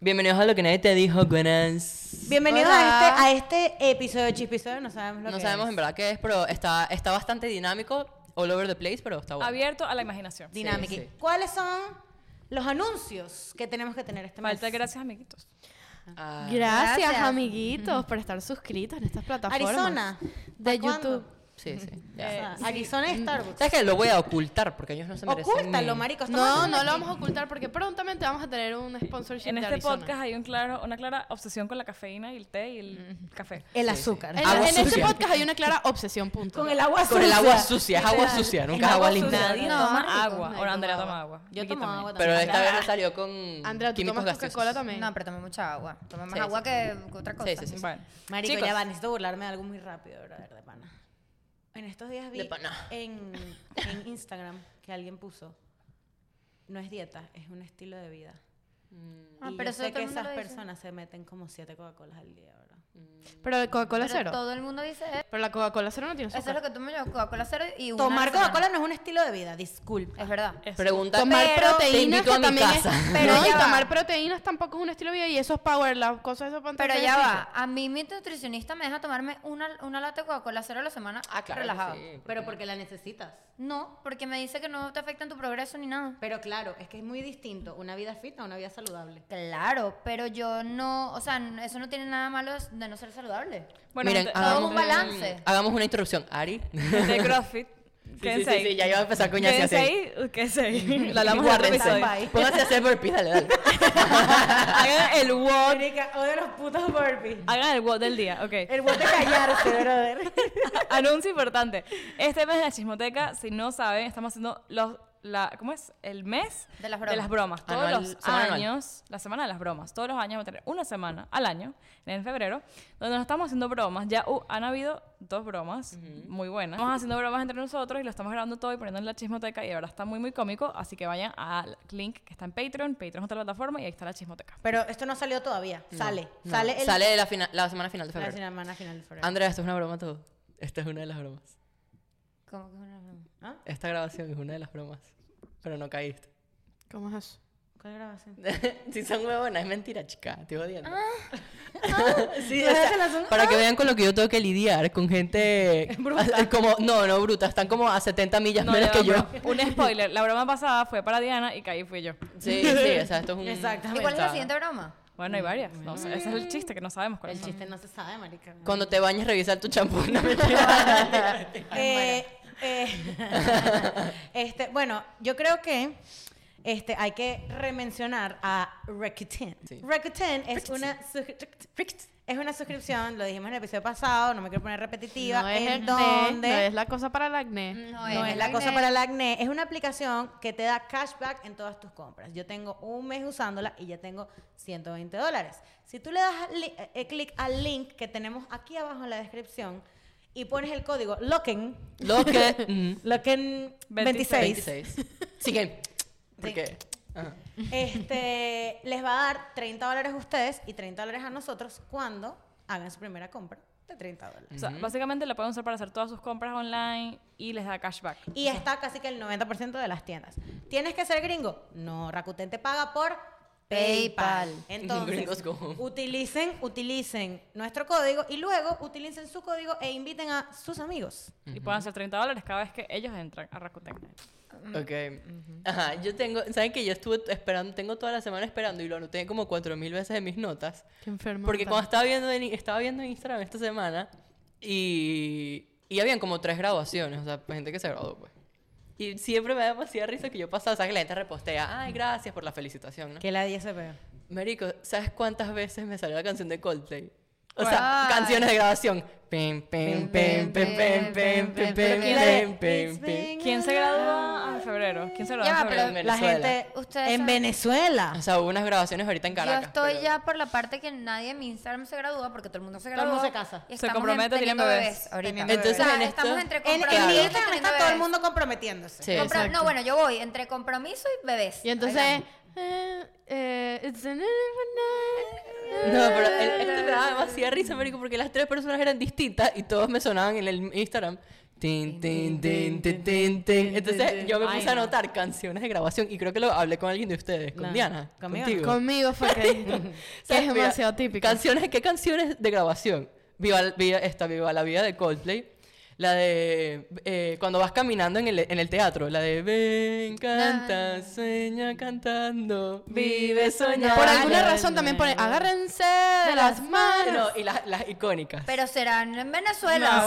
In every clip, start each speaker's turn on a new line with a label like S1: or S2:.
S1: Bienvenidos a lo que nadie te dijo, buenas.
S2: Bienvenidos
S3: Hola.
S2: a este, a este episodio chispisodio, no sabemos lo
S1: No
S2: que
S1: sabemos
S2: es.
S1: en verdad qué es, pero está, está bastante dinámico, all over the place, pero está bueno.
S3: Abierto a la imaginación.
S2: Dinámica.
S1: Sí, sí.
S2: ¿Cuáles son los anuncios que tenemos que tener este mes?
S3: Falta gracias, amiguitos.
S1: Ah,
S4: Gracias,
S2: Gracias.
S4: amiguitos, por estar suscritos en estas plataformas.
S2: Arizona. ¿pa'
S4: De
S2: cuándo?
S4: YouTube.
S1: sí, sí. ya.
S3: Eh,
S2: Ah, Arizona y Starbucks.
S1: ¿Sabes qué? Lo voy a ocultar porque ellos no se merecen.
S2: Ocúltalo,
S1: mi-
S2: marico. estamos
S4: No,
S2: haciendo
S4: no lo
S2: aquí.
S4: vamos a ocultar porque prontamente vamos a tener un sponsorship
S3: En
S4: de
S3: este
S4: Arizona.
S3: podcast hay un claro, una clara obsesión con la cafeína y el té y el café.
S2: El azúcar.
S4: En,
S1: Agua
S4: en este
S1: sucia.
S4: podcast hay una clara obsesión, punto.
S2: Con el agua sucia.
S1: Con el agua sucia, es agua
S2: Literal.
S1: sucia, nunca
S2: El
S1: es agua
S2: sucia.
S1: limpia.
S3: Nadie
S4: No,
S3: toma
S4: marico,
S3: agua.
S4: nadie
S3: Ahora Andrea
S4: toma
S3: toma
S4: agua.
S3: agua.
S2: Yo
S3: Vicky
S2: tomo
S3: también.
S2: agua
S1: Pero
S2: también.
S1: esta vez no salió con
S4: Andrea, ¿tú
S1: químicos
S4: tomas Coca-Cola
S1: gaseosos.
S4: también?
S5: No, pero tomé mucha agua. Tomé más
S1: Sí,
S5: agua
S1: sí,
S5: que otra cosa.
S1: Sí, sí, sí. sí.
S3: Bueno,
S2: Marico,
S3: chicos,
S2: ya va, necesito burlarme de algo muy rápido, brother, de pana. En estos días vi
S1: De pana.
S2: en, en Instagram que alguien puso, no es dieta, es un estilo de vida.
S5: Ah,
S2: y
S5: pero
S2: pero
S5: eso
S2: sé
S5: todo
S2: que
S5: el mundo
S2: esas
S5: lo dice.
S2: personas se meten como siete Coca-Colas al día, ¿verdad?
S4: Pero el Coca-Cola
S5: Pero
S4: cero.
S5: todo el mundo dice eso.
S4: Pero la Coca-Cola cero no tiene
S5: Eso es lo
S4: azúcar.
S5: que tú me llevas, Coca-Cola cero y una
S2: Tomar
S5: al semana.
S2: Coca-Cola no es un estilo de vida, disculpa.
S5: Es verdad.
S3: eso.
S1: Pregunta
S4: Tomar
S5: Pero te
S4: proteínas
S1: invito
S4: que
S1: a mi
S4: también es-
S1: casa.
S5: Pero
S4: no, y
S5: ya va.
S4: tomar proteínas tampoco es un estilo de vida y eso es power, las cosas esas
S5: Pero
S4: pantallas
S5: ya
S4: de
S5: va.
S4: chico.
S5: A mí mi nutricionista me deja tomarme una, una lata de Coca-Cola cero a la semana
S1: Ah, claro. que
S5: relajado.
S1: sí,
S2: Pero porque la necesitas.
S5: No, porque me dice que no te afecta en tu progreso ni nada.
S2: Pero claro, es que es muy distinto una vida fit a una vida saludable.
S5: Claro, pero yo no, o sea, n- eso no tiene nada malo de no ser saludable.
S3: bueno
S1: Miren,
S3: gente-
S1: hagamos
S5: un balance.
S1: Hagamos una interrupción. Ari.
S3: gente de CrossFit.
S1: Sí, sí,
S3: Quédense
S1: sí, sí,
S3: ahí.
S1: ya iba a empezar con
S3: Quédense
S1: así.
S3: ahí. Quédense ahí. Lo hablamos en otro
S1: Guárdense.
S3: episodio.
S1: Pónganse a hacer burpees, dale, dale.
S3: Hagan el WOD.
S2: Erika, odio los putos burpees.
S3: Hagan el WOD del día, ok.
S2: El bote callarse, brother.
S3: Anuncio importante. Este mes de la chismoteca, si no saben, estamos haciendo los la, ¿cómo es? El mes
S5: De las bromas.
S3: Todos
S1: Anual-
S3: los
S1: semana anual.
S3: años, la semana de las bromas. Todos los años vamos a tener una semana al año, en febrero, donde nos estamos haciendo bromas. Ya uh, han habido dos bromas muy buenas. Estamos haciendo bromas entre nosotros y lo estamos grabando todo y poniendo en la chismoteca y de verdad está muy, muy cómico. Así que vayan al link que está en Patreon. Patreon es otra plataforma y ahí está la chismoteca.
S2: Pero esto no salió todavía. sale.
S1: No,
S2: Sale el
S1: Sale la, fina- la semana final de
S2: la
S1: febrero.
S2: semana final del febrero.
S1: Andrea, esto es una broma todo. Esta es una de las bromas.
S5: Como que es una broma.
S1: Esta grabación es una de las bromas. Pero no caíste.
S4: ¿Cómo es eso?
S2: ¿Cuál grabación?
S1: si son huevonas, es mentira, chica. Te odiando. sí,
S2: Pero
S1: o sea,
S2: déjalas un-
S1: para que vean con lo que yo tengo que lidiar, con gente como no, no bruta, están como a 70 millas
S3: No,
S1: menos
S3: ya
S1: que
S3: va,
S1: yo.
S3: pero Un spoiler. La broma pasada fue para Diana y caí fui yo.
S1: Sí, sí, o sea, esto es un
S2: Exactamente.
S5: ¿Y cuál es
S1: Está.
S5: la siguiente broma?
S3: Bueno, hay varias. No sé, ese es el chiste que no sabemos cuál
S2: El
S3: es.
S2: chiste no se sabe, marica.
S1: Cuando te bañes revisar tu champú, no mentira.
S2: Eh, eh, este, bueno, yo creo que este, hay que remencionar a Rakuten.
S1: Sí.
S2: Rakuten es una, suscri- es una suscripción, lo dijimos en el episodio pasado, no me quiero poner repetitiva,
S4: No es
S2: en
S4: el
S2: donde
S4: no es la cosa para el acné.
S5: No,
S2: no es la cosa para el acné, es una aplicación que te da cashback en todas tus compras. Yo tengo un mes usándola y ya tengo 120 dólares. Si tú le das li- eh, eh, clic al link que tenemos aquí abajo en la descripción y pones el código LOCKEN,
S1: Lo que mm,
S2: LOCKEN 26,
S1: 26. Sigue. Porque ajá.
S2: este, les va a dar 30 dólares a ustedes y 30 dólares a nosotros cuando hagan su primera compra de 30 dólares.
S3: O sea, básicamente la pueden usar para hacer todas sus compras online y les da cashback.
S2: Y está casi que el 90% de las tiendas. ¿Tienes que ser gringo? No, Rakuten te paga por PayPal.
S5: PayPal.
S2: Entonces,
S1: Gringos go.
S2: utilicen, utilicen nuestro código y luego utilicen su código e inviten a sus amigos.
S3: Y pueden hacer 30 dólares cada vez que ellos entran a Rakuten.
S1: Ok. Ajá, yo tengo, ¿saben que yo estuve esperando, tengo toda la semana esperando y lo anoté como 4000 veces en mis notas?
S4: Qué enfermo.
S1: Porque
S4: está.
S1: cuando estaba viendo, en- estaba viendo en Instagram esta semana y, y habían como tres graduaciones, o sea, gente que se graduó, pues. Y siempre me da demasiada risa que yo pasaba, ¿sabes? Que la gente repostea, ay, gracias por la felicitación, ¿no?
S2: Que la 10 se pega.
S1: Marico, ¿sabes cuántas veces me salió la canción de Coldplay? O sea,
S5: Guay.
S1: canciones de grabación. Pim, pim, pim, pim, pim, pim, pim, pim,
S5: Pero
S3: ¿quién es?
S1: pim, pim, pim.
S3: ¿Quién se gradúa en febrero? ¿Quién se gradúa
S5: Ya,
S3: en febrero?
S1: pero-
S2: La
S1: Venezuela.
S2: gente
S5: Ustedes
S2: en
S5: saben-
S2: Venezuela.
S1: O sea, hubo unas grabaciones ahorita en Caracas.
S5: Yo estoy
S1: pero-
S5: ya por la parte que nadie en mi Instagram se gradúa porque todo el mundo se
S2: Todo el
S5: gradúa.
S2: mundo se casa.
S5: y
S3: Se
S5: estamos
S3: compromete,
S5: en- teniendo
S3: tienen bebés.
S5: bebés ahorita.
S1: bebés. Entonces,
S5: O sea,
S1: en esto-
S5: estamos entre
S2: En,
S5: compromiso.
S2: en mi
S1: Claro.
S2: Instagram está todo el mundo comprometiéndose.
S1: Sí,
S5: Compro-
S1: exacto.
S5: No, bueno, yo voy entre compromiso y bebés.
S4: Y entonces. eh, eh, it's an
S1: No, pero el- esto me daba demasiada risa, marico, porque las tres personas eran distintas y todas me sonaban en el Instagram. Tin, tin, tin, tin, tin, tin. Entonces yo me
S2: Ay,
S1: puse a
S2: no.
S1: anotar canciones de grabación y creo que lo hablé con alguien de ustedes, con
S2: No,
S1: Diana,
S2: conmigo no.
S1: contigo.
S4: Conmigo fue que, que
S1: sea,
S4: es
S1: mira,
S4: demasiado típico.
S1: Canciones, ¿qué canciones de grabación? Viva, viva- esta, viva la vida de Coldplay. La de eh, cuando vas caminando en el, en el teatro, la de ven, canta, sueña cantando, vive soñando.
S4: Por alguna razón también pone agárrense de las manos.
S1: No, y las, las icónicas.
S5: Pero serán en Venezuela.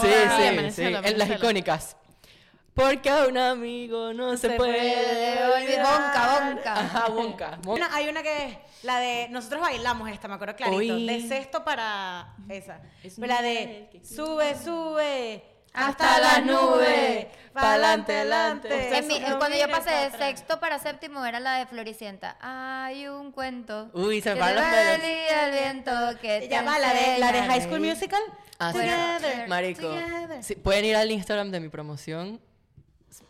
S4: No,
S1: sí,
S4: ahora-
S1: sí,
S4: en
S1: sí,
S4: Venezuela,
S1: en las
S4: Venezuela.
S1: icónicas. Porque a un amigo no se, puede, olvidar.
S5: Bonca, bonca.
S1: Ajá, bonca. bonca.
S2: Una- hay una que es la de nosotros bailamos esta, me acuerdo clarito,
S1: Hoy-
S2: de sexto para esa.
S1: Es
S2: Pero la
S1: una
S2: de
S1: vez que-
S2: sube, sube hasta
S5: Hasta
S2: la
S5: la
S2: nube,
S5: nube,
S2: pa'lante,
S1: pa'lante.
S2: adelante.
S5: En mi-
S2: Eso,
S5: cuando yo
S2: mira
S5: pasé
S2: pa'
S5: de
S2: atrás.
S5: sexto para séptimo era la de Floricienta. Hay un cuento.
S1: Uy, se me
S5: que
S1: paran los
S5: va
S1: pelos.
S5: el día al viento que
S2: Ya
S5: te
S2: va la de, la de
S5: enseña a
S2: High School
S5: reír.
S2: Musical. Pues
S1: Ah, sí.
S2: Together,
S1: Marico,
S2: together.
S1: sí, pueden ir al Instagram de mi promoción.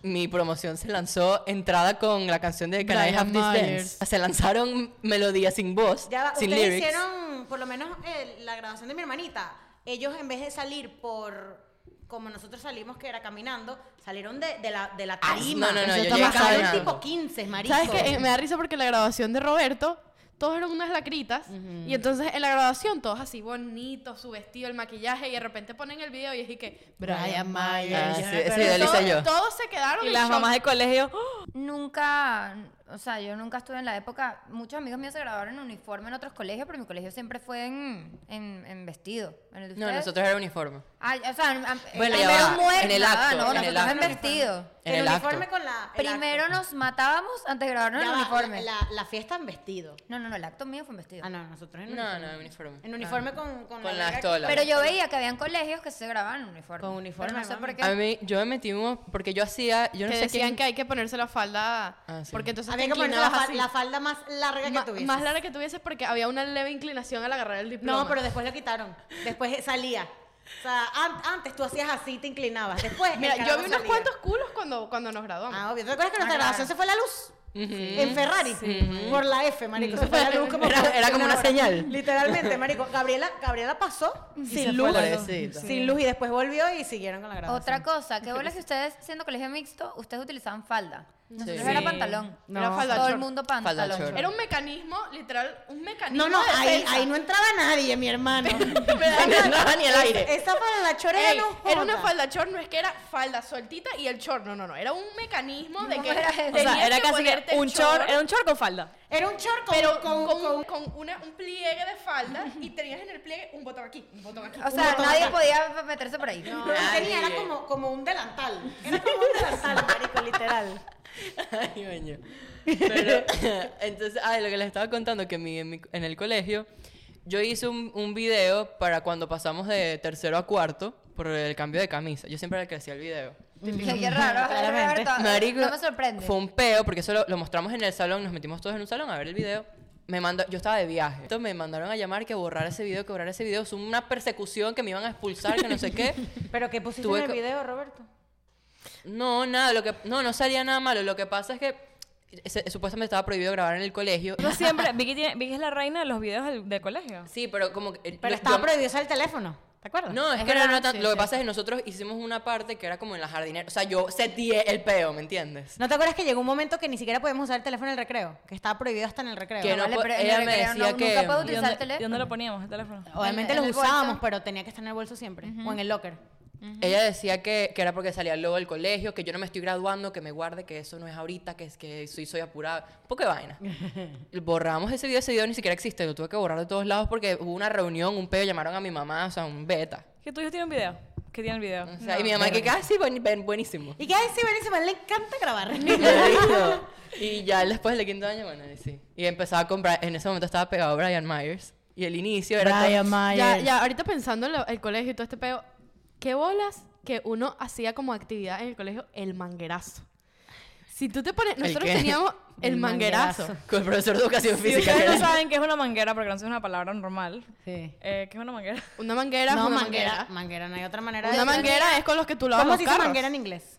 S1: Mi promoción se lanzó entrada con la canción de Can I
S4: Brian
S1: Have This
S4: Myers.
S1: Dance. Ah, Se lanzaron melodías sin voz,
S2: Ya va,
S1: sin
S2: ustedes
S1: lyrics.
S2: hicieron, por lo menos eh, la grabación de mi hermanita, ellos en vez de salir por como nosotros salimos que era caminando, salieron de, de la, de la
S1: Ah,
S2: tarima.
S1: no, no, no,
S2: Eso
S1: yo
S2: está
S1: llegué
S2: pasando.
S1: caminando.
S2: tipo 15, marico.
S4: ¿Sabes qué? Eh, Me da risa porque la graduación de Roberto, todos eran unas lacritas. Y entonces en la graduación, todos así bonitos, su vestido, el maquillaje. Y de repente ponen el video y es y que. Brian
S1: Ah,
S4: Myers.
S1: sí,
S4: Pero
S1: sí, de Lisa
S4: todos,
S1: y yo.
S4: todos se quedaron
S3: Y
S4: en
S3: las
S4: shock.
S3: mamás de colegio,
S5: Nunca, o sea, yo nunca estuve en la época. Muchos amigos míos se graduaron en uniforme en otros colegios, pero mi colegio siempre fue en, en, en vestido. En el de
S1: No,
S5: ustedes.
S1: nosotros era uniforme.
S5: Ah, o sea, am-
S1: Bueno, ya
S5: primero
S1: va,
S5: muerta,
S1: en el acto,
S5: no,
S1: en el
S5: nosotros en
S1: acto.
S5: vestido.
S1: En
S2: el,
S1: el acto.
S2: uniforme con la. el
S5: Primero
S2: acto.
S5: nos matábamos antes de graduarnos
S2: Ya
S5: en
S2: va,
S5: uniforme.
S2: La, la fiesta en vestido.
S5: No, no, no, el acto mío fue en vestido.
S2: Ah, no, nosotros en
S1: No,
S2: uniforme.
S1: no, en uniforme.
S2: En uniforme con, con,
S1: Con la
S2: verga-
S1: estola.
S5: Pero yo veía que habían colegios que se grababan en uniforme.
S2: Con uniforme,
S5: Pero no sé
S2: mami.
S5: por qué.
S1: A mí, yo me metí un- porque yo hacía, yo no
S4: que
S1: sé
S4: decían
S1: quién-
S4: que hay que ponerse la falda.
S1: Ah, sí.
S4: Porque entonces
S2: Había
S4: te
S2: que ponerse la,
S4: inclinabas
S2: fal- la falda más larga que
S4: Ma-
S2: tuviese.
S4: Más larga que tuvieses porque había una leve inclinación al agarrar el diploma.
S2: No, pero después lo quitaron. Después salía. O sea, an- antes tú hacías así, te inclinabas. Después. el
S4: Mira, yo
S2: carajo
S4: vi unos
S2: salía.
S4: cuantos culos cuando, cuando nos graduamos.
S2: Ah, obvio. ¿Te acuerdas que nuestra
S5: Ah,
S2: grabación
S5: claro.
S2: se fue la luz? En Ferrari. Por la F, marico. Se fue la luz como.
S1: Era-
S2: por
S1: era como una
S2: hora.
S1: señal.
S2: Literalmente, marico. Gabriela, Gabriela pasó
S1: se fue
S2: sin luz.
S1: la luz.
S2: Sin luz y después volvió y siguieron con la grabación.
S5: Otra cosa, que bolas que ustedes, siendo colegio mixto, ustedes utilizaban falda. Nosotros
S1: Sí.
S5: era pantalón.
S2: No,
S4: Era falda
S5: Todo el
S4: short.
S5: mundo pantalón.
S1: short.
S4: Era un mecanismo, literal, un
S2: No,
S4: mecanismo
S2: no,
S4: de
S2: ahí,
S4: defensa.
S2: ahí no entraba nadie, mi hermano.
S1: No, ni el aire.
S2: Esa para la chorera
S4: Ey,
S2: no
S4: era una
S2: joda.
S4: falda short, no es que era falda sueltita y el short, no, no, no, era un mecanismo de que
S5: era eso?
S3: o sea, era casi que
S4: ponerte
S3: un short, era un short con falda.
S2: Era un short con,
S4: pero
S2: con-
S4: con,
S2: con-
S4: con una- un pliegue de falda y tenías en el pliegue un botón aquí, un botón aquí.
S5: O sea, nadie podía meterse por ahí.
S2: No, no tenía, era como, como un delantal. Era como un delantal, marico, literal.
S1: Ay, coño. Pero, entonces, ay, lo que les estaba contando, que mi- en, mi- en el colegio, yo hice un, un video para cuando pasamos de tercero a cuarto por el cambio de camisa. Yo siempre era el que hacía el video.
S4: Mm.
S5: Qué qué raro.
S2: Claramente.
S5: Roberto,
S1: Marico,
S5: no me sorprende.
S1: Fue un peo, porque eso lo, lo mostramos en el salón, nos metimos todos en un salón a ver el video. Me mandó, yo estaba de viaje. Entonces me mandaron a llamar que borrar ese video, que borrar ese video. Es una persecución que me iban a expulsar, que no sé qué.
S2: ¿Pero qué pusiste
S1: Tuve
S2: en el
S1: que-
S2: video, Roberto?
S1: No, nada, lo que, no, no salía nada malo. Lo que pasa es que eh, se- supuestamente estaba prohibido grabar en el colegio.
S3: Yo siempre, Vicky, tiene- Vicky es la reina de los videos del, del colegio.
S1: Sí, pero como que... eh,
S2: Pero
S1: yo-
S2: estaba
S1: yo-
S2: prohibido usar el teléfono, ¿te acuerdas?
S1: No, es,
S4: Es
S1: que no era
S4: verdad,
S1: tan-
S4: sí,
S1: lo que
S4: sí.
S1: pasa es que nosotros hicimos una parte que era como en la jardinera. O sea, yo setié el peo, ¿me entiendes?
S2: ¿No te acuerdas que llegó un momento que ni siquiera podíamos usar el teléfono en el recreo? Que estaba prohibido hasta en el recreo.
S1: Que no
S5: vale,
S1: po-
S5: pero en
S1: ella
S5: el
S1: me
S5: recreo no-
S1: decía que...
S5: nunca puedo
S3: ¿Y
S5: utilizar
S3: dónde,
S5: el teléfono.
S3: y dónde lo poníamos, el teléfono?
S2: Obviamente
S5: en- en
S2: los
S5: el bolso.
S2: usábamos, pero tenía que estar en el bolso siempre. O en el locker.
S1: Ella decía que, que era porque salía luego del colegio, que yo no me estoy graduando, que me guarde, que eso no es ahorita, que es que soy, soy apurada. Poco de vaina. Borramos ese video, ese video ni siquiera existe, lo tuve que borrar de todos lados porque hubo una reunión, un peo, llamaron a mi mamá, o sea, un beta.
S3: Que tu hijo tiene un video. Que tiene el video.
S1: O sea, y mi mamá que "Ah, casi buenísimo.
S2: Y que ay, sí, buenísimo, a él le encanta grabar.
S1: Marico. y ya después del quinto año, bueno, ahí sí. Y empezaba a comprar, en ese momento estaba pegado a Brian Myers. Y el inicio era todo-
S4: Ya, ya, ahorita pensando en lo- el colegio y todo este peo, qué bolas que uno hacía como actividad en el colegio el manguerazo. Si tú te pones, nosotros
S1: qué?
S4: teníamos el
S2: El
S4: manguerazo.
S2: manguerazo.
S1: con el profesor de educación
S3: Si
S1: física.
S3: ustedes
S1: que
S3: no
S1: era-
S3: saben qué es una manguera, porque no es una palabra normal,
S2: Sí.
S3: eh, ¿qué es una manguera?
S4: Una manguera
S2: no,
S4: es una
S2: manguera.
S4: manguera.
S2: Manguera, no hay otra manera de
S4: Una manguera es con los que tú lavas
S2: ¿Cómo
S4: los
S2: se dice
S4: carros.
S2: manguera en inglés?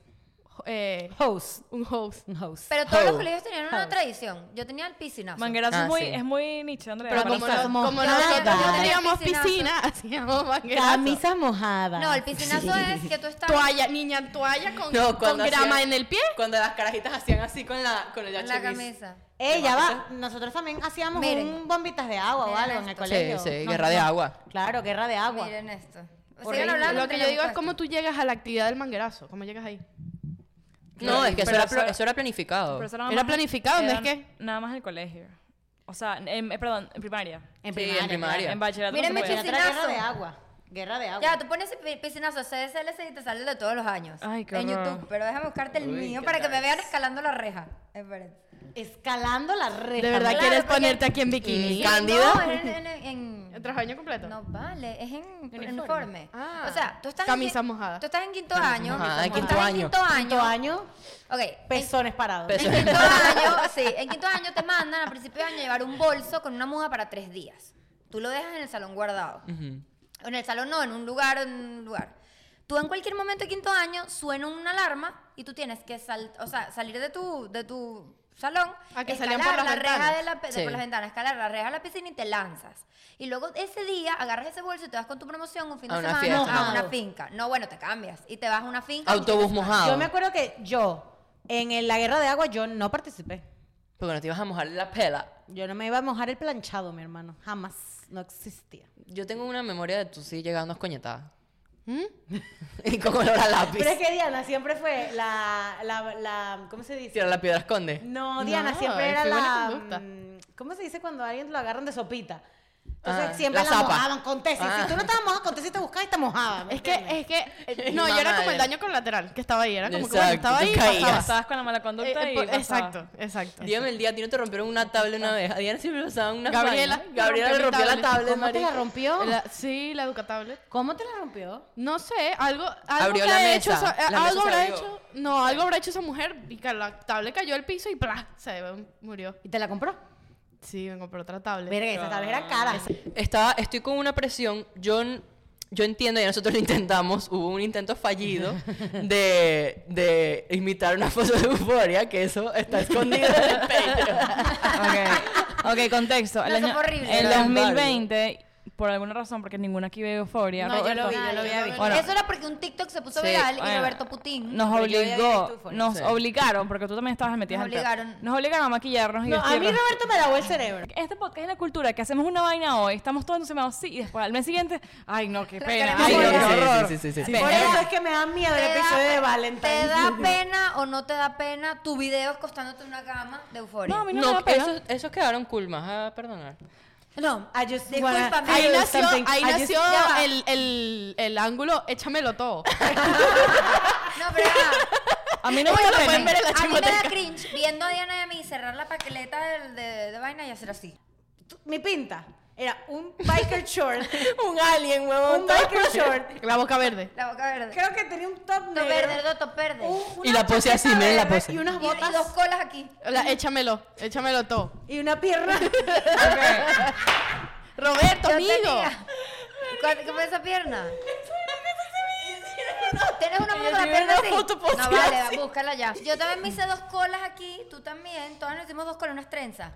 S4: eh,
S2: Host.
S4: un host.
S2: Un host.
S5: Pero todos los
S1: How?
S5: colegios tenían una tradición. Yo tenía el piscinazo.
S3: Manguerazo
S1: Ah,
S3: es, muy,
S1: sí.
S3: es muy nicho, Andrea.
S4: Pero
S3: para
S4: como,
S3: nosotros.
S4: no- como
S5: Cada-
S4: nosotros no
S5: cada
S4: teníamos
S5: piscinazo.
S4: piscina, hacíamos manguerazo.
S2: Camisas mojadas.
S5: No, el piscinazo es que tú estás...
S4: Toalla, niña, toalla con,
S1: No,
S4: con
S1: cuando
S4: grama
S1: hacían-
S4: en el pie.
S1: Cuando las carajitas hacían así con la con el
S5: en la
S1: yachibis.
S5: camisa.
S2: Ella va. Nosotros también hacíamos
S5: Miren.
S2: un bombitas de agua o
S5: Miren
S2: algo en el
S5: esto.
S2: colegio.
S1: Sí, sí, guerra de agua.
S2: Claro, guerra de agua.
S5: Miren esto. Pues Sigan
S4: Horrible.
S5: hablando.
S4: Lo que yo digo es cómo tú llegas a la actividad del manguerazo. ¿Cómo llegas ahí?
S1: No, es que eso
S3: Pero
S1: era,
S3: eso-
S1: pl- eso era planificado.
S3: Pero eso nada
S4: Era
S3: más-
S4: planificado, ¿no es
S3: eran
S4: que?
S3: Nada más el colegio. O sea, en- eh, perdón, en primaria.
S2: En
S1: Sí,
S2: primaria.
S1: en primaria.
S3: En bachillerato.
S5: Miren,
S3: no
S5: me
S3: se
S2: Era
S3: puede.
S5: chiste-
S2: guerra
S5: Piscinazo.
S2: de agua. Guerra de agua.
S5: Ya, tú pones pi- piscinazo CSLC y te sale de todos los años.
S3: Ay, qué
S5: En
S3: horror.
S5: YouTube. Pero déjame buscarte el
S1: Uy,
S5: mío
S1: qué
S5: para que me
S1: tal.
S5: vean escalando la reja. Espérate.
S2: Escalando la
S4: ¿De
S2: reja.
S4: verdad
S5: Claro,
S4: quieres
S5: porque-
S4: ponerte aquí en bikini?
S1: Mm, ¿Cándida?
S5: No, es en... en- en-
S4: ¿El traje de baño completo?
S5: No vale, es en uniforme.
S4: Ah.
S5: o sea, tú estás
S4: Camisa
S5: en, quin-
S4: mojada.
S5: Tú estás en quinto año.
S1: mojada,
S5: tú
S1: en quinto
S5: estás
S1: año.
S5: En quinto año.
S2: Quinto año,
S5: Ok. en-
S2: pezones parados.
S5: En,
S1: Pezones.
S5: quinto año, sí, en quinto año te mandan a principio de año llevar un bolso con una muda para tres días. Tú lo dejas en el salón guardado.
S1: Ujú.
S5: En el salón no, en un lugar, en un lugar. Tú en cualquier momento de quinto año suena una alarma y tú tienes que sal- o sea, salir de tu, de tu salón,
S4: Ah, que
S5: escalar
S4: salían por las
S5: la reja
S4: ventanas.
S5: de la, pe- de
S1: Sí.
S5: por las ventanas, escalar la reja de la piscina y te lanzas. Y luego ese día agarras ese bolso y te vas con tu promoción un fin
S1: A
S5: de
S1: una
S5: semana
S1: fiesta.
S5: a una
S2: Mojado.
S5: finca. No, bueno, te cambias y te vas a una finca. un fin de
S1: Autobús
S5: semana.
S1: mojado.
S2: Yo me acuerdo que yo, en el- la guerra de agua, yo no participé.
S1: Porque no te ibas a mojar la pela.
S2: Yo no me iba a mojar el planchado, mi hermano. Jamás. No existía.
S1: Yo tengo una memoria de tú sí llegando escoñetada. y con olor a lápiz.
S2: ¿Mm? Pero es que Diana siempre fue la, la, la ¿cómo se dice?
S1: Tira la piedra, esconde.
S2: No, Diana
S4: No,
S2: siempre era
S4: qué buena
S2: la,
S4: conducta.
S2: mm, ¿cómo se dice cuando a alguien lo agarran de sopita? Entonces
S1: Ah,
S2: siempre
S1: la
S2: la,
S1: zapa.
S2: mojaban con tesis.
S1: Ah.
S2: Si tú no estabas mojada con tesis, te buscabas y te mojaban. ¿me
S4: Es que,
S2: entiendes?
S4: es que, eh, no, yo era como el daño colateral que estaba ahí, era como que bueno,
S1: Exacto,
S4: estaba ahí y
S1: tú
S4: pasaba.
S1: caías.
S3: Estabas con la mala conducta
S4: Eh, eh,
S3: y
S4: por-
S3: pasaba.
S4: exacto, exacto.
S1: Dígame el día, a ti no te rompieron una tabla una vez. A Diana siempre pasaban una
S4: Gabriela,
S1: Gabriela le rompió la tabla,
S2: ¿Cómo te la
S1: marica.
S2: rompió?
S4: La- sí, la Educatablet.
S2: ¿Cómo te la rompió?
S4: No sé, algo, algo
S1: Abrió
S4: que
S1: la
S4: ha
S1: mesa,
S4: hecho esa, eh,
S1: la mesa
S4: algo
S1: se
S4: habrá
S1: abrió.
S4: hecho, no, algo habrá hecho esa mujer y que la tablet cayó al piso y ¡plá! se murió.
S2: ¿Y te la compró?
S4: Sí, me compré otra tablet.
S2: Verga, esas tablas eran caras.
S1: Estaba, estoy con una presión. Yo, n- yo entiendo, ya nosotros lo intentamos. Hubo un intento fallido de, de imitar una foto de euforia, que eso está escondido en el Patreon.
S3: Ok, ok, contexto. El
S5: No, eso
S3: año-
S5: fue horrible.
S3: El
S1: Era
S3: 2020, por alguna razón, porque ninguna aquí ve euforia.
S4: No, yo lo vi,
S5: Ay,
S4: yo lo vi,
S5: yo
S4: yo
S5: no-
S4: vi.
S3: Bueno.
S5: Eso era porque un TikTok se puso
S3: Sí,
S5: viral y
S3: bueno.
S5: Roberto Putin
S3: Nos
S2: Pero yo ya había visto
S3: obligó,
S2: Euphoria.
S3: nos
S1: Sí.
S3: obligaron, porque tú también estabas metida
S5: Nos
S3: en el pedo.
S5: obligaron.
S3: Nos obligaron a maquillarnos y
S2: No, a mí
S3: vestirnos.
S2: Roberto me lavó el cerebro.
S3: Este podcast es la cultura, que hacemos una vaina hoy, estamos todos entusiasmados, sí, y después al mes siguiente, ay no, qué pena,
S5: queremos
S3: ay no, qué
S5: volver. Sí, sí,
S3: horror.
S1: sí, sí, sí, sí.
S2: Por eso es que me da miedo el
S5: Te da-
S2: episodio de
S5: ¿Te da
S2: Valentine.
S5: pena o no te da pena tu video acostándote en una cama de euforia?
S3: No, a mí no, me
S1: No,
S3: da pena.
S1: esos, esos quedaron cool, más a perdonar.
S5: No,
S2: I just
S5: Discúlpame.
S2: wanna-
S4: Ahí
S2: I do
S4: nació,
S2: something.
S4: ahí
S2: I just-
S4: nació
S5: ya va.
S4: el, el, el ángulo, échamelo todo.
S5: no, pero ya.
S3: A mí no me da
S4: pueden ver
S3: pena.
S4: en la
S5: a mí me da
S4: chimoteca.
S5: cringe viendo a Diana y a mí cerrar la paqueleta del- de, de vaina y hacer así.
S2: Mi pinta era un biker short,
S1: Un alien, huevón.
S2: un biker short
S4: La boca verde.
S5: La boca verde.
S2: Creo que tenía un top
S5: Top
S2: negro.
S5: verde, dos top verde.
S2: un-
S1: Y
S2: una
S1: la pose así,
S2: chaqueta
S1: miren la
S2: verde
S1: pose.
S2: Y unas
S5: y, y dos
S2: Uh, botas.
S5: colas aquí.
S4: La, échamelo, échamelo todo.
S2: Y una pierna.
S4: Roberto,
S5: Yo
S4: amigo.
S5: tenía- ¿Cuál- ¿Qué fue esa pierna? Tienes una foto con la pierna así. No vale, va, búscala ya. Yo también me hice dos colas aquí, tú también. Todos nos hicimos dos colas, unas trenzas.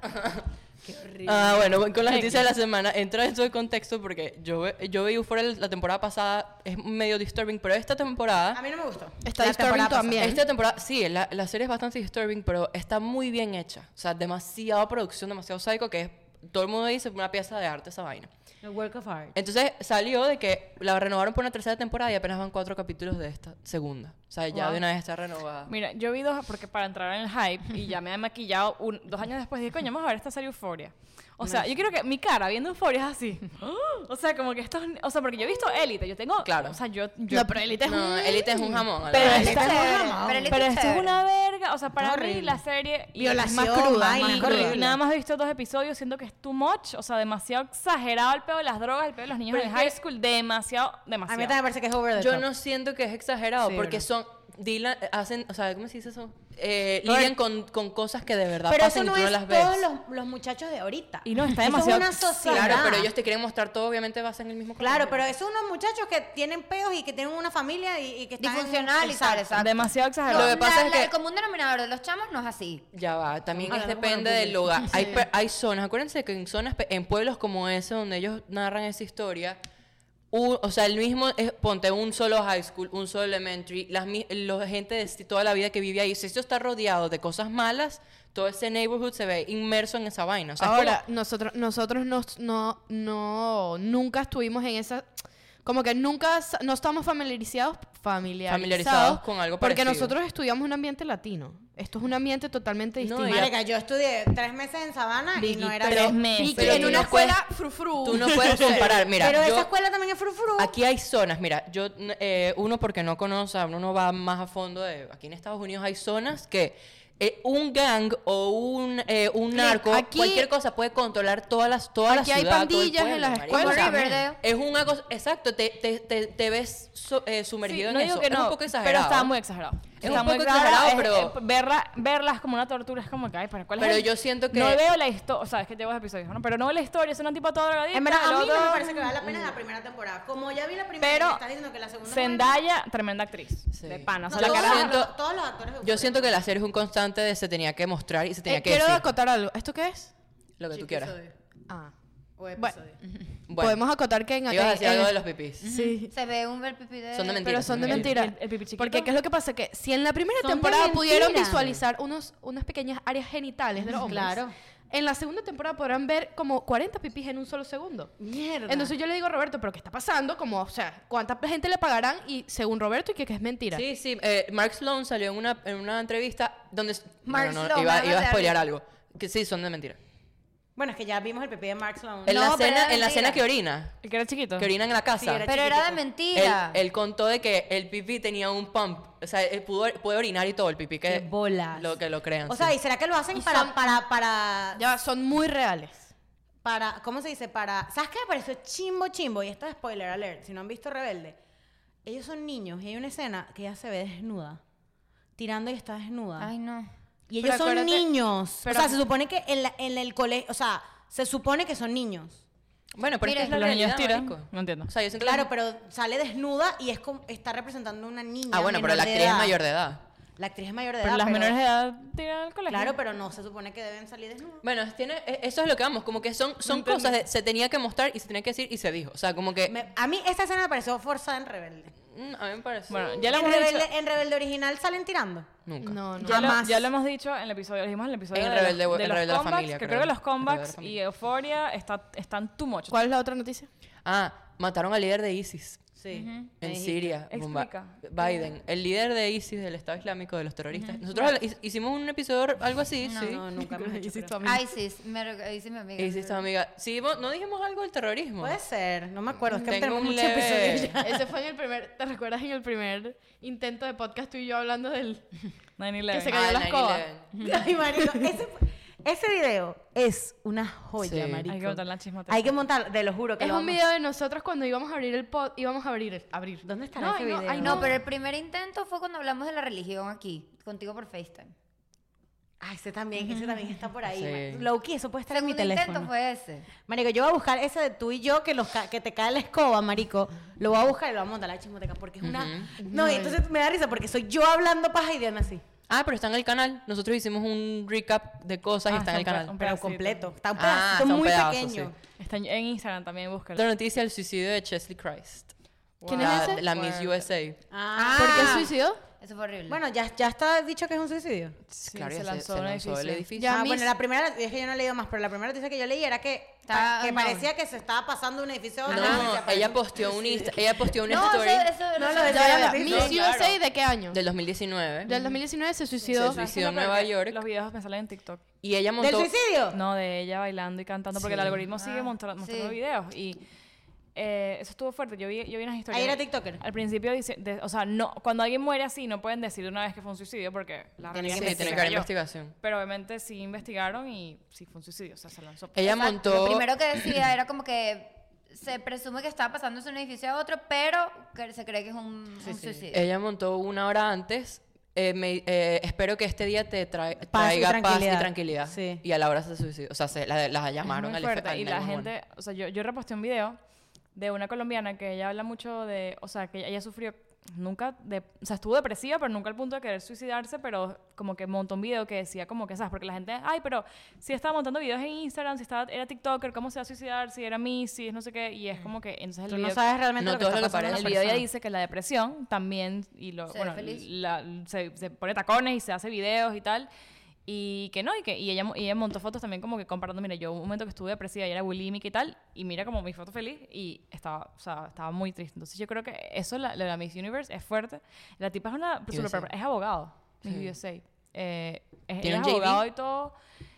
S1: Ah, bueno, con las noticias de la semana, entra dentro de contexto porque yo, ve- yo vi Euphoria la temporada pasada, es medio disturbing, pero esta
S2: A
S1: temporada,
S2: mí no me gustó.
S4: Está
S2: La
S4: disturbing
S2: temporada
S4: también.
S1: esta temporada, sí, la, la serie es bastante disturbing, pero está muy bien hecha. O sea, demasiada producción, demasiado psycho, que es, todo el mundo dice una pieza de arte esa vaina.
S2: pasada. The work of art.
S1: Entonces salió de que la renovaron por una tercera temporada y apenas van cuatro capítulos de esta segunda. O sea, ya
S3: Wow.
S1: de una vez está renovada.
S3: Mira, yo vi dos, porque para entrar en el hype, y ya me he maquillado un- dos años después, dije, coño, vamos a ver esta serie Euforia. O sea, yo quiero que mi cara viendo Euforia es así. O sea, como que estos, o sea, porque yo he visto Élite, yo tengo,
S1: Claro.
S3: o sea, yo, yo
S4: No, pero élite es
S1: No,
S4: un-
S1: Elite es un jamón. la
S2: Pero
S1: verdad.
S5: Pero
S2: está
S5: es chévere,
S2: muy jamón.
S5: pero el
S3: Pero esto es
S5: chévere.
S3: una verga. O sea, para mí
S2: horrible.
S3: la serie. y-
S4: Violación,
S3: es más cruda.
S4: vaina,
S3: más
S4: es horrible.
S3: cruda. Y nada más he visto dos episodios, siento que es too much. O sea, demasiado exagerado el pedo de las drogas, el pedo de los niños en el high school. Demasiado,
S2: A mí
S3: demasiado.
S2: también me parece que es over the
S1: Yo
S2: top.
S1: no siento que es exagerado
S2: Sí,
S1: porque
S2: bro.
S1: son Dylan, hacen, o sea, ¿cómo se dice eso? Eh,
S3: Todo
S1: lidian
S3: el-
S1: con, con cosas que de verdad
S2: Pero eso
S1: pasan
S2: no
S1: y tú no
S2: es
S1: las ves.
S2: todos los, los muchachos de ahorita.
S3: Y no, está
S2: Eso
S3: demasiado-
S2: es una sociedad.
S1: Claro, pero ellos te quieren mostrar todo, obviamente vas en el mismo
S2: Claro,
S1: colegio.
S2: pero esos son unos muchachos que tienen peos y que tienen una familia y, y que están...
S5: Disfuncional y tal,
S2: Exacto.
S5: exacto.
S3: Demasiado exagerado.
S1: Lo que pasa
S5: la-
S1: es
S5: la-
S1: que-
S5: El común denominador de los chamos no es así.
S1: Ya va, también
S2: Ah,
S1: es
S2: no, bueno,
S1: depende del
S2: porque-
S1: lugar. Hay, pe- hay zonas, acuérdense que en zonas, pe- en pueblos como ese, donde ellos narran esa historia, u- o sea, el mismo, es, ponte un solo high school, un solo elementary, las, mi- la gente de si- toda la vida que vive ahí, si esto está rodeado de cosas malas, todo ese neighborhood se ve inmerso en esa vaina. O sea, es
S4: Ahora,
S1: como-
S4: nosotros, nosotros nos- no, no, nunca estuvimos en esa. Como que nunca sa- no estamos familiarizados, familiarizados,
S1: Familiarizados con algo
S4: Porque
S1: parecido.
S4: nosotros estudiamos un ambiente latino. Esto es un ambiente totalmente
S1: No,
S4: distinto.
S1: y
S2: Marica, yo estudié tres meses en Sabana y no
S1: Vicky,
S2: era...
S1: pero-
S2: así.
S4: Vicky,
S1: pero
S4: en
S1: tú
S4: una
S1: no
S4: escuela frufru.
S1: tú no puedes comparar. Mira,
S2: pero
S1: yo-
S2: esa escuela también es frufru.
S1: Aquí hay zonas, mira, yo, n- eh, uno porque no conoce, uno no va más a fondo de, aquí en Estados Unidos hay zonas que eh, un gang o un, eh, un narco,
S4: aquí-
S1: cualquier cosa puede controlar todas las, toda la
S4: Aquí hay
S1: ciudad, todo el
S4: pandillas en
S1: pueblo,
S4: las
S1: marico.
S5: Como
S4: escuelas. también.
S5: Riverdale.
S1: Es una cosa, exacto, te, te, te, te ves so- eh, sumergido
S3: Sí, no
S1: en
S3: digo
S1: eso.
S3: que
S1: es
S3: no,
S1: un poco exagerado. ¿eh?
S3: Pero está muy exagerado.
S1: un
S3: Está muy
S1: poco exagerado,
S3: es-
S1: pero-
S3: es- verla, verla es como una tortura, es como que, ay, ¿para cuál es
S1: Pero
S3: el-
S1: yo siento que-
S3: No veo la historia, o sea, es que llevo episodios, ¿no? Pero no veo la historia, es una tipa toda drogadicta.
S2: En verdad, a
S3: el
S2: mí no me
S3: otro-
S2: parece que vale la pena la primera temporada. Como ya vi la primera,
S3: Pero
S2: me estás diciendo que la segunda... es buena.
S3: Zendaya, tremenda actriz.
S1: Sí.
S3: De pana, o sea,
S2: No,
S3: la
S2: todos
S3: cara...
S2: los-
S1: siento-
S2: todos los actores de
S1: Yo
S2: Euforia.
S1: siento que la serie es un constante de se tenía que mostrar y se tenía
S4: Eh,
S1: que
S4: quiero
S1: decir
S4: acotar algo. ¿Esto qué es?
S1: lo que tú quieras.
S4: Ah.
S2: O
S4: Bueno,
S2: episodio.
S1: Bueno,
S4: podemos acotar que en.
S1: ibas a
S4: en-
S1: decir
S4: en-
S1: algo de los pipis.
S4: Sí.
S5: Se ve un ver pipí de...
S1: Son de mentira.
S4: Pero son de
S1: Mentira.
S4: mentira.
S3: El- el pipi chiquito.
S4: Porque qué es lo que pasa que si en la primera
S2: Son de
S4: temporada pudieron
S2: mentira.
S4: visualizar unos, unas pequeñas áreas genitales de los hombres.
S2: Claro.
S4: En la segunda temporada podrán ver como 40 pipis en un solo segundo.
S2: Mierda.
S4: Entonces yo le digo a Roberto, pero ¿qué está pasando? Como, o sea, ¿cuánta gente le pagarán? Y según Roberto, y que, que es mentira.
S1: Sí, sí. eh, Mark Sloan salió en una, en una entrevista donde.
S5: Mark
S1: no, no,
S5: Sloan,
S1: iba,
S5: me
S1: iba a
S5: vas a
S1: spoilear
S5: dar-
S1: algo. Que sí, son de mentira.
S2: Bueno, es que ya vimos el PP de Mark Sloan.
S1: En, la,
S5: No, pero
S1: cena,
S5: era
S1: en la cena
S5: mentira.
S1: que orina.
S3: El que era chiquito.
S1: Que orina en la
S2: Sí,
S1: casa.
S2: era
S5: Pero era de
S2: chiquitico.
S1: él,
S5: mentira.
S1: él contó de que el pipí tenía un pump. O sea, él pudo, puede orinar y todo. El pipí que.
S2: Qué bolas.
S1: Lo que lo crean.
S2: O
S1: sí.
S2: sea, ¿y será que lo hacen para,
S4: son-
S2: para, para,
S4: Ya va, son muy reales.
S2: para, ¿cómo se dice? Para, ¿sabes qué me pareció chimbo chimbo? Y esto es spoiler alert, si no han visto Rebelde. Ellos son niños y hay una escena que ella se ve desnuda, tirando y está desnuda.
S5: Ay, no.
S2: y ellos
S4: pero
S2: son
S4: acuérdate-
S2: niños.
S4: pero-
S2: o sea, se supone que en, la- en el colegio, o sea, se supone que son niños.
S1: bueno, pero
S5: Mira,
S1: es que es la
S3: los niños
S1: realidad,
S3: tiran.
S1: marico.
S3: No entiendo.
S1: O sea, yo siento
S2: Claro,
S1: que-
S2: pero sale desnuda y es como, está representando a una niña.
S1: Ah, bueno, pero
S2: menor
S1: la
S2: de
S1: actriz es
S2: edad.
S1: mayor de edad.
S2: La actriz es mayor de edad.
S3: Pero las
S2: pero-
S3: menores de edad tiran al colegio.
S2: Claro, pero no se supone que deben salir desnudas.
S1: Bueno, tiene, e- eso es lo que vamos. Como que son, son cosas de se tenía que mostrar y se tenía que decir y se dijo. O sea, como que.
S2: Me- a mí esta escena me pareció forzada en Rebelde.
S1: mm, a mí me parece.
S3: Bueno, ya lo
S2: en,
S3: hemos dicho...
S2: rebelde, en Rebelde original salen tirando.
S1: Nunca.
S4: No, no.
S3: Ya lo,
S2: Jamás.
S3: ya lo hemos dicho en el episodio, lo dijimos en el episodio
S1: En
S3: de,
S1: Rebelde-
S3: los,
S1: en
S3: los
S1: Rebelde de la
S3: comebacks,
S1: Familia,
S3: que creo.
S1: creo.
S3: que los
S1: Rebelde de la
S3: comebacks y
S1: Familia.
S3: Euphoria está, están too much.
S4: ¿Cuál es la otra noticia?
S1: Ah, mataron al líder de ISIS.
S2: Sí.
S1: En Siria, bomba-
S3: Explica.
S1: Biden, el líder de ISIS, del Estado Islámico, de los terroristas. Nosotros hi- hicimos un episodio, algo así, sí.
S2: No, nunca hemos hecho, creo.
S5: ISIS. Me, re- ISIS, mi amiga.
S1: ISIS, amiga. Mm. Sí, vos- no dijimos algo del terrorismo.
S2: Puede ser, no me acuerdo, es que
S1: Tengo
S2: tenemos
S1: un
S2: muchos
S1: leve-
S2: episodios ya.
S4: Ese fue en el primer, ¿te recuerdas en el primer intento de podcast tú y yo hablando del... Que se
S1: Ah,
S4: cayó la escoba.
S1: 9/11.
S2: Ay, marico, ese, fue- ese video es una joya,
S1: Sí.
S2: marico.
S3: Hay que botar la chismoteca.
S2: Hay que montar, te lo juro que
S4: Es
S2: lo
S4: un
S2: vamos-
S4: video de nosotros cuando íbamos a abrir el pod, íbamos a abrir, abrir.
S2: ¿Dónde estará
S4: No,
S2: ese
S4: ay, no,
S2: video?
S4: ay,
S5: No, pero el primer intento fue cuando hablamos de la religión aquí, contigo por FaceTime.
S2: Ay, ese también, ese también está por ahí.
S1: Sí.
S2: ma- Lowkey, eso puede estar en mi
S5: Segundo
S2: teléfono.
S5: intento fue ese.
S2: Marico, yo voy a buscar ese de tú y yo que, los ca- que te cae la escoba, marico. Lo voy a buscar y lo voy a montar a la chismoteca porque es una... No, y entonces me da risa porque soy yo hablando paja y Diana así.
S1: Ah, pero está en el canal. Nosotros hicimos un recap de cosas y
S3: Ah,
S1: está en el
S3: está un
S1: canal.
S3: pe-
S2: Pero
S3: pedacito.
S2: completo. Está un
S1: Ah,
S2: pedacito
S1: está un
S2: muy
S1: pedazo,
S2: pequeño.
S1: sí.
S3: Está en- en Instagram también, búsquelo.
S1: La noticia del suicidio de Chesley Christ.
S4: ¿Quién
S1: la,
S4: es ese?
S1: La Miss
S3: Fuerte.
S1: USA.
S2: Ah.
S4: ¿Por qué suicidó?
S5: Eso fue horrible.
S2: Bueno, ya, ya está dicho que es un suicidio.
S3: Sí,
S1: claro,
S3: se
S1: ya
S3: lanzó
S1: se
S3: un
S1: lanzó del
S3: edificio.
S1: edificio.
S4: Ya,
S2: ah,
S4: mis-
S2: bueno, la primera, es que yo no he leído más, pero la primera noticia que yo leí era que,
S5: Está
S2: que
S5: unknown.
S2: parecía que se estaba pasando un edificio a otro. y se
S1: No,
S2: Ah, apareció-
S1: ella posteó un Insta- ella posteó una
S5: no, eso,
S1: story
S5: eso,
S2: No,
S5: eso-
S2: lo de-
S4: Ya, ya, ya.
S2: Sí,
S4: Miss
S1: claro.
S4: USA de qué año?
S1: del 2019.
S4: Del 2019 se suicidó.
S1: Se suicidó en Nueva York.
S3: Los videos me salen en TikTok.
S1: Y ella
S2: ¿Del
S1: montó
S2: suicidio?
S3: No, de ella bailando y cantando, porque el
S1: Sí.
S3: algoritmo
S2: Ah,
S3: sigue montra-
S5: sí.
S3: mostrando videos. Y eh, eso estuvo fuerte. Yo vi, yo vi unas historias.
S2: Ahí era TikToker.
S3: Al principio dice, de- o sea, no, cuando alguien muere así, no pueden decir de una vez que fue un suicidio porque la
S1: Sí,
S2: Tienen
S3: realidad
S2: que
S3: es
S1: tiene que
S3: se
S1: haber
S3: cayó.
S1: investigación.
S3: Pero obviamente sí investigaron y sí fue un suicidio, o sea, se lanzó.
S1: Ella
S5: Exacto,
S1: montó
S5: Lo primero que decía era como que se presume que estaba pasándose de un edificio a otro, pero que se cree que es un, un suicidio.
S1: Ella montó una hora antes. eh, me- eh, espero que este día te trae-
S2: Paz y
S1: traiga paz y
S2: tranquilidad.
S1: tranquilidad.
S2: Sí.
S1: Y a la hora se suicidó. O sea, se, la- las
S3: Es
S1: llamaron
S3: muy
S1: al
S3: fuerte.
S1: al
S3: Y la
S1: 911.
S3: gente, o sea, yo, yo reposté un video de una colombiana que ella habla mucho de, o sea, que ella, ella sufrió nunca de, o sea, estuvo depresiva, pero nunca al punto de querer suicidarse, pero como que montó un video que decía como que, ¿sabes? Porque la gente, ay, pero si estaba montando videos en Instagram, si estaba, era TikToker, ¿cómo se va a suicidar? Si era mí, si es no sé qué, y es como que, entonces el
S2: Tú
S3: video...
S2: no sabes realmente
S1: No
S2: lo que
S1: todo
S2: está
S1: lo que
S2: pasando
S1: parece.
S2: en
S3: El
S2: la
S3: video ya
S2: persona.
S3: dice que la depresión también, y lo,
S5: Se ve
S3: bueno,
S5: feliz.
S3: la- se, se pone tacones y se hace videos y tal, y que no, y que y ella, mo- y ella montó fotos también como que comparando, mira, yo un momento que estuve depresiva y era bulímica y tal, y mira como mi foto feliz y estaba, o sea, estaba muy triste. Entonces yo creo que eso, la, la, la Miss Universe es fuerte. La tipa es una,
S1: USA.
S3: super- es abogado, Miss
S1: Sí.
S3: USA. Eh, es,
S1: Tiene
S3: ella
S1: un
S3: es
S1: JD.
S3: abogado y todo,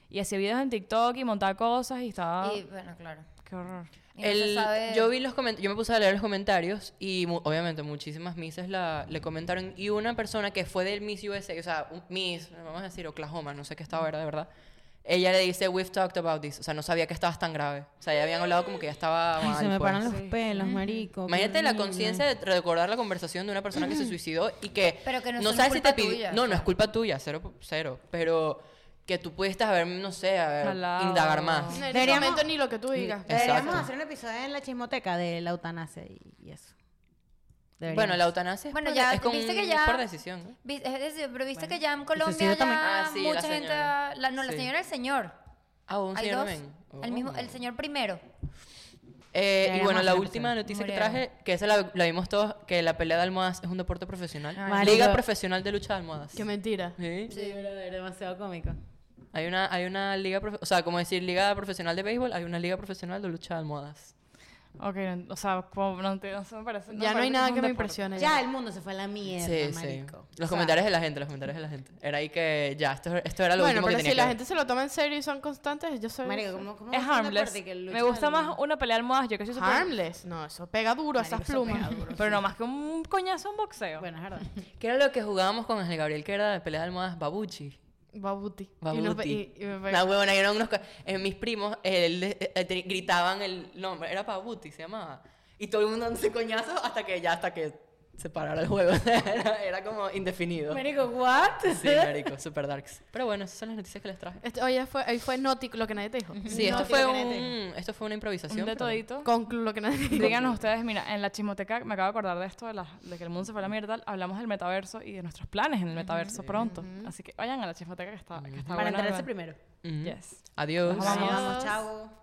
S3: y hacía videos en TikTok y montaba cosas y estaba...
S5: Y bueno, claro.
S3: Qué horror.
S5: Y no se
S1: El-
S5: sabe-
S1: Yo vi los comentarios, yo me puse a leer los comentarios y mu- obviamente muchísimas misses la, le comentaron y una persona que fue del Miss USA, o sea, un- Miss, vamos a decir Oklahoma, no sé qué estaba, ¿verdad? de verdad. Ella le dice, we've talked about this, o sea, no sabía que estabas tan grave, o sea, ya habían hablado como que ya estaba...
S2: Ay,
S1: mal,
S2: se me
S1: pues.
S2: paran los pelos, marico. qué
S1: Imagínate la
S2: horrible.
S1: conciencia de recordar la conversación de una persona que se suicidó y que,
S5: Pero que no
S1: no
S5: es
S1: sabes si
S5: culpa
S1: te pidió...
S5: tuya,
S1: no,
S5: o
S1: no es
S5: sea.
S1: culpa tuya, cero, cero, pero que tú pudiste haber, no sé, haber
S3: Jalado.
S1: indagar más.
S4: No, en ese
S2: Deberíamos-
S4: momento ni lo que tú digas.
S1: Eh,
S2: Deberíamos
S1: Exacto.
S2: hacer un episodio en la chismoteca de la eutanasia y, y eso.
S1: Bueno,
S2: Deberíamos.
S1: la eutanasia es,
S5: Bueno,
S1: por,
S5: ya,
S1: es con-
S5: viste que ya-
S1: por decisión. ¿no?
S5: Vi- es decir, pero viste que ya en
S2: el
S5: Colombia
S2: suicidio
S5: ya
S2: también.
S1: Ah, sí, la
S5: mucha gente...
S1: señora.
S5: la- no, la
S1: Sí.
S5: señora, el señor.
S1: Ah, un
S5: Hay
S1: señor
S5: dos.
S1: men.
S5: El,
S1: Oh.
S5: mismo, el señor primero.
S1: Eh, y
S2: Deberíamos
S1: bueno, la
S2: hacer un
S1: última
S2: episodio.
S1: noticia que
S5: Murieron.
S1: traje, que esa la, la vimos todos, que la pelea de almohadas es un deporte profesional.
S5: Ah,
S2: Ay.
S1: Liga
S2: Marico.
S1: profesional de lucha de almohadas.
S4: Qué mentira.
S1: Sí.
S2: Sí, brother, demasiado cómico.
S1: Hay una, hay una liga, profe- o sea, como decir liga profesional de béisbol, hay una liga profesional de lucha de almohadas.
S3: Ok, no- o sea, como no, entiendo, eso me parece...
S4: ya no hay
S3: parece
S4: nada
S3: es un
S4: que me
S3: deporte.
S4: impresione.
S2: Ya el mundo se fue a la mierda,
S1: sí, sí.
S2: marico.
S1: Los comentarios de la gente, los comentarios de la gente. Era ahí que ya, esto, esto era lo
S4: bueno,
S1: último
S4: pero
S1: que
S4: si
S1: tenía
S4: la
S1: que ver.
S4: gente se lo toma en serio y son constantes, yo soy.
S2: Marico, ¿cómo, cómo
S3: Es
S2: vas a un
S3: harmless.
S2: deporte que
S3: Me
S2: luchas
S3: gusta
S2: al-
S3: más una pelea de almohadas. Yo que soy súper...
S4: Harmless. No, eso pega duro, esas
S2: Marico, eso pega
S4: plumas.
S2: duro.
S3: Pero no más que un coñazo, un boxeo.
S2: Bueno, es verdad.
S1: ¿Qué era lo que jugábamos con el Gabriel, que era de pelea de almohadas? Babuchi.
S4: Babuti. Y uno
S1: Babuti.
S4: pe- y- y me pega-
S1: Nah, huevona, que eran unos ca- eh, mis primos él, eh, eh, te- gritaban el nombre, era Pabuti, se llamaba. Y todo el mundo dándose coñazos hasta que ya, hasta que se parara el juego. era, era como indefinido.
S2: Marico, what?
S1: Sí, marico, super darks. Pero bueno, esas son las noticias que les traje.
S4: Este- oye, fue, hoy fue Naughty lo que nadie te dijo.
S1: Sí, esto
S2: No,
S1: fue,
S2: creo que
S1: un, esto fue una improvisación.
S3: un de
S1: pero-
S3: todito.
S4: Con lo que nadie te dijo.
S3: Díganos ustedes, mira, en la chismoteca me acabo de acordar de esto, de, las- de que el mundo se fue a la mierda. Hablamos del metaverso y de nuestros planes en el metaverso pronto. Así que vayan a la chismoteca que está, que está
S2: Para
S3: buena,
S2: enterarse primero.
S3: ¿verdad?
S1: Ujú.
S3: Yes.
S1: Adiós.
S3: Nos vamos.
S2: Vamos, vamos, chao.